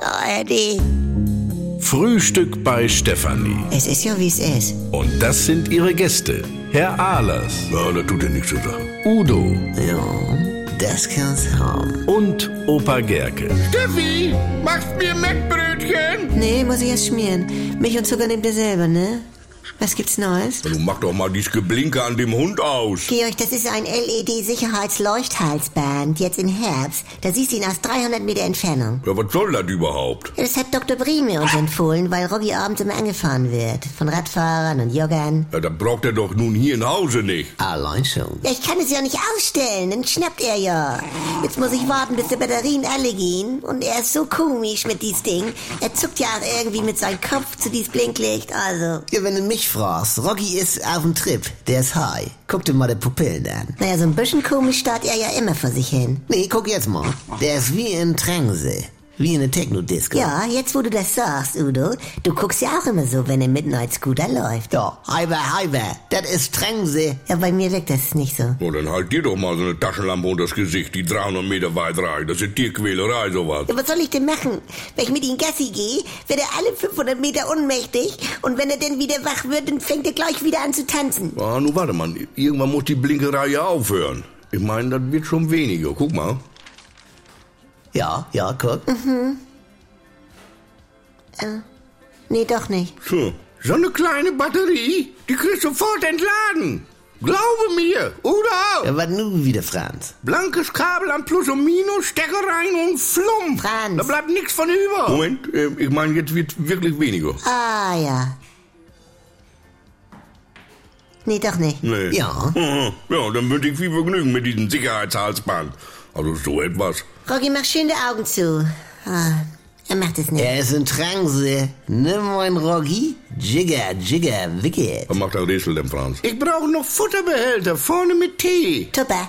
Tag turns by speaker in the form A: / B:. A: ARD.
B: Frühstück bei Stefanie.
A: Es ist ja, wie es ist.
B: Und das sind ihre Gäste. Herr Ahlers. Ja, da tut er nichts zu sagen. Udo
A: Ja, das kann's haben.
B: und Opa Gerke.
C: Steffi, machst mir Mettbrötchen?
A: Nee, muss ich erst schmieren. Milch und Zucker nehmt ihr selber, ne? Was gibt's Neues?
C: Du mach doch mal dieses Geblinke an dem Hund aus.
A: Georg, das ist ein LED-Sicherheitsleuchthalsband, jetzt im Herbst. Da siehst du ihn aus 300 Meter Entfernung.
C: Ja, was soll das überhaupt?
A: Ja, Das hat Dr. Brien mir uns empfohlen, weil Rocky abends immer angefahren wird. Von Radfahrern und Joggern.
C: Ja, das braucht er doch nun hier in Hause nicht.
D: Allein schon.
A: Ja, ich kann es ja nicht ausstellen, dann schnappt er ja. Jetzt muss ich warten, bis die Batterien alle gehen. Und er ist so komisch mit diesem Ding. Er zuckt ja auch irgendwie mit seinem Kopf zu diesem Blinklicht, also...
D: Ja, wenn du mich fragst, Rocky ist auf dem Trip. Der ist high. Guck dir mal die Pupillen an.
A: Naja, so ein bisschen komisch starrt er ja immer vor sich hin.
D: Nee, guck jetzt mal. Der ist wie in Trance. Wie in einer Techno-Disco.
A: Ja, jetzt wo du das sagst, Udo, du guckst ja auch immer so, wenn der Midnight Scooter läuft.
D: Ja, halber, halber. Das ist Trance.
A: Ja, bei mir wirkt das nicht so.
C: Na, dann halt dir doch mal so eine Taschenlampe unter das Gesicht, die 300 Meter weit reicht. Das ist Tierquälerei, sowas.
A: Ja, was soll ich denn machen? Wenn ich mit ihm Gassi gehe, wird er alle 500 Meter ohnmächtig und wenn er dann wieder wach wird, dann fängt er gleich wieder an zu tanzen.
C: Ah, nun warte mal, irgendwann muss die Blinkerei ja aufhören. Ich meine, das wird schon weniger. Guck mal.
D: Ja, ja, guck.
A: Nee, doch nicht.
C: So, so eine kleine Batterie, die kriegst du sofort entladen. Glaube mir, oder?
D: Ja, was nun wieder, Franz?
C: Blankes Kabel an Plus und Minus, Stecker rein und flumm.
A: Franz.
C: Da bleibt nichts von über. Moment, äh, ich meine, jetzt wird wirklich weniger.
A: Ah, ja. Nee, doch nicht.
C: Nee.
D: Ja.
C: Mhm. Ja, dann wünsche ich viel Vergnügen mit diesem Sicherheitshalsband. Also so etwas.
A: Rocky, mach schön die Augen zu. Ah, er macht es nicht.
D: Er ist in Trance. Nimm mein Rocky. Jigger, Jigger, Wicked.
C: Was macht der Rätsel denn, Franz? Ich brauche noch Futterbehälter, vorne mit Tee.
A: Tupper.